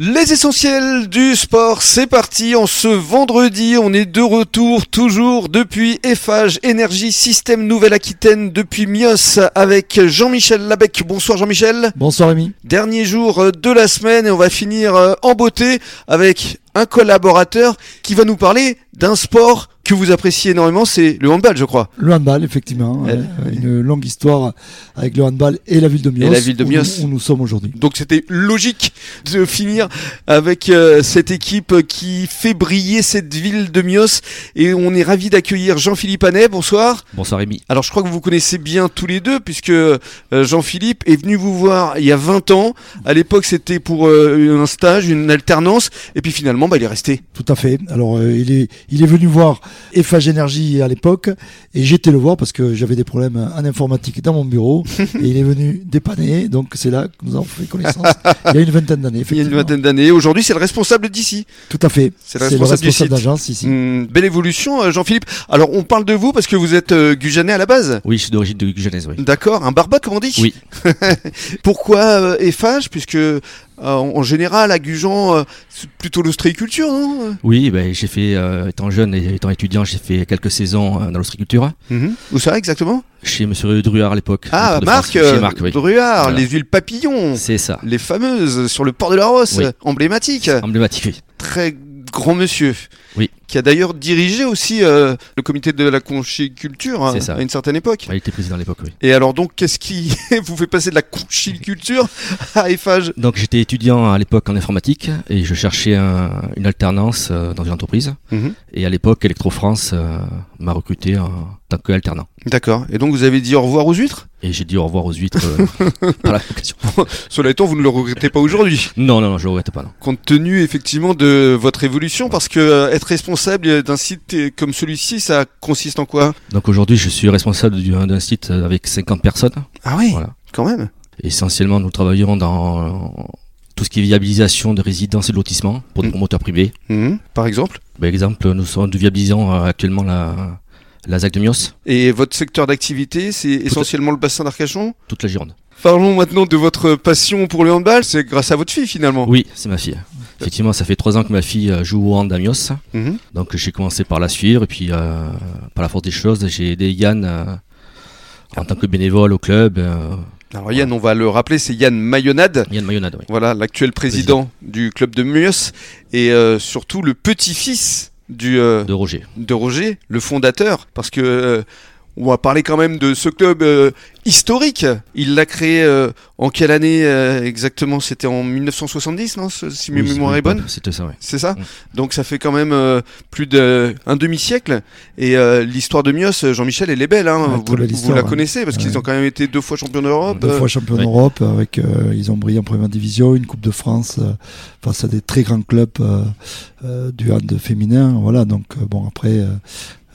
Les essentiels du sport, c'est parti. En ce vendredi, on est de retour toujours depuis Eiffage Énergie Système Nouvelle-Aquitaine depuis Mios avec Jean-Michel Labec. Bonsoir Jean-Michel. Bonsoir Rémi. Dernier jour euh, de la semaine et on va finir euh, en beauté avec un collaborateur qui va nous parler d'un sport que vous appréciez énormément, c'est le handball, je crois. Le handball, effectivement. Ouais, ouais. Une longue histoire avec le handball et la ville de Mios. Et la ville de où Mios. nous- Où, nous sommes aujourd'hui. Donc c'était logique de finir avec euh, cette équipe qui fait briller cette ville de Mios et on est ravi d'accueillir Jean-Philippe Anet. Bonsoir. Bonsoir Rémi. Alors je crois que vous connaissez bien tous les deux puisque euh, Jean-Philippe est venu vous voir il y a 20 ans. À l'époque c'était pour euh, un stage, une alternance et puis finalement bah, il est resté. Tout à fait. Alors, euh, il, est, il est venu voir Eiffage Énergie à l'époque et j'étais le voir parce que j'avais des problèmes en informatique dans mon bureau et il est venu dépanner. Donc, c'est là que nous avons fait connaissance il y a une vingtaine d'années. Il y a une effectivement. vingtaine d'années. Aujourd'hui c'est le responsable d'ici. Tout à fait. C'est le responsable du site. d'agence ici. Hum, belle évolution euh, Jean-Philippe. Alors on parle de vous parce que vous êtes euh, Gujanais à la base. Oui, je suis d'origine de Genèse, oui. D'accord, un barba comme on dit Oui. Pourquoi euh, Eiffage Puisque euh, en en général à Gujan, euh, c'est plutôt l'ostréiculture, non euh Oui, ben, j'ai fait, euh, étant jeune et étant étudiant, j'ai fait quelques saisons euh, dans l'ostriculture, Où ça exactement chez Monsieur Druard à l'époque. Ah, Tour de Marc, France. euh, Chez Marc, oui. Druard, Voilà. les huiles papillons, C'est ça. les fameuses sur le port de la Rosse, Oui. emblématique. Emblématique, oui. Très grand monsieur. Oui. Qui a d'ailleurs dirigé aussi euh, le comité de la conchiculture hein, C'est ça. à une certaine époque. Ouais, il était président à l'époque, oui. Et alors donc, qu'est-ce qui vous fait passer de la conchiculture à Eiffage Donc j'étais étudiant à l'époque en informatique et je cherchais un- une alternance euh, dans une entreprise. Mhm. Et à l'époque, Electro-France euh, m'a recruté en tant qu'alternant. D'accord. Et donc vous avez dit au revoir aux huîtres Et j'ai dit au revoir aux huîtres euh, par la vocation. Cela étant, vous ne le regrettez pas aujourd'hui, Non, non, non, je le regrette pas. Non. compte tenu effectivement de votre évolution, parce que euh, être responsable d'un site euh, comme celui-ci, ça consiste en quoi Donc aujourd'hui, je suis responsable du- d'un site euh, avec 50 personnes. Ah oui, Voilà. quand même. Essentiellement, nous travaillons dans euh, tout ce qui est viabilisation de résidences et de lotissements pour des Mm. promoteurs privés. Mhm, Par exemple. Par exemple, nous sommes nous viabilisons euh, actuellement la, la ZAC de Mios, Et votre secteur d'activité, c'est essentiellement le bassin d'Arcachon toute la Gironde. Parlons maintenant de votre passion pour le handball, c'est grâce à votre fille finalement. Oui, c'est ma fille. Effectivement, ça fait trois ans que ma fille euh, joue au hand à Mios. Mhm. Donc j'ai commencé par la suivre et puis euh, par la force des choses, j'ai aidé Yann euh, en tant que bénévole au club. euh, Alors Yann, on va le rappeler, c'est Yann Mayonade. Yann Mayonade, oui. Voilà, l'actuel président, du club de Mios et euh, surtout le petit-fils du, euh, De Roger. de Roger, le fondateur, parce que euh, on va parler quand même de ce club euh, historique. Il l'a créé euh, en quelle année euh, exactement C'était en 1970, non ce- Si ma Oui, mémoire oui, est bonne. C'était ça, oui. C'est ça Mm. Donc ça fait quand même euh, plus d'un demi-siècle. Et euh, l'histoire de Mios, euh, Jean-Michel, elle est belle. hein. Ouais, vous, très belle vous histoire, la ouais. connaissez parce qu'ils Ouais. ont quand même été deux fois champions d'Europe. Deux euh, fois champion ouais. d'Europe, avec euh, ils ont brillé en première division, une Coupe de France euh, face à des très grands clubs euh, euh, du hand féminin. Voilà, donc euh, bon après euh,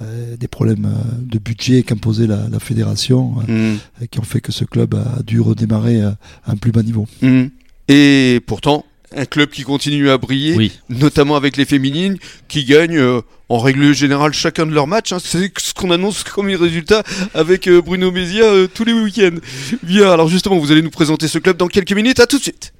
euh, des problèmes euh, de budget qu'imposait la, la fédération, euh, mm, et qui ont fait que ce club a dû redémarrer euh, à un plus bas niveau. mm. Et pourtant, un club qui continue à briller. Oui, notamment avec les féminines, qui gagnent euh, en règle générale chacun de leurs matchs. hein. C'est ce qu'on annonce comme résultat avec euh, Bruno Mézia euh, tous les week-ends. Bien, alors justement, vous allez nous présenter ce club dans quelques minutes. À tout de suite.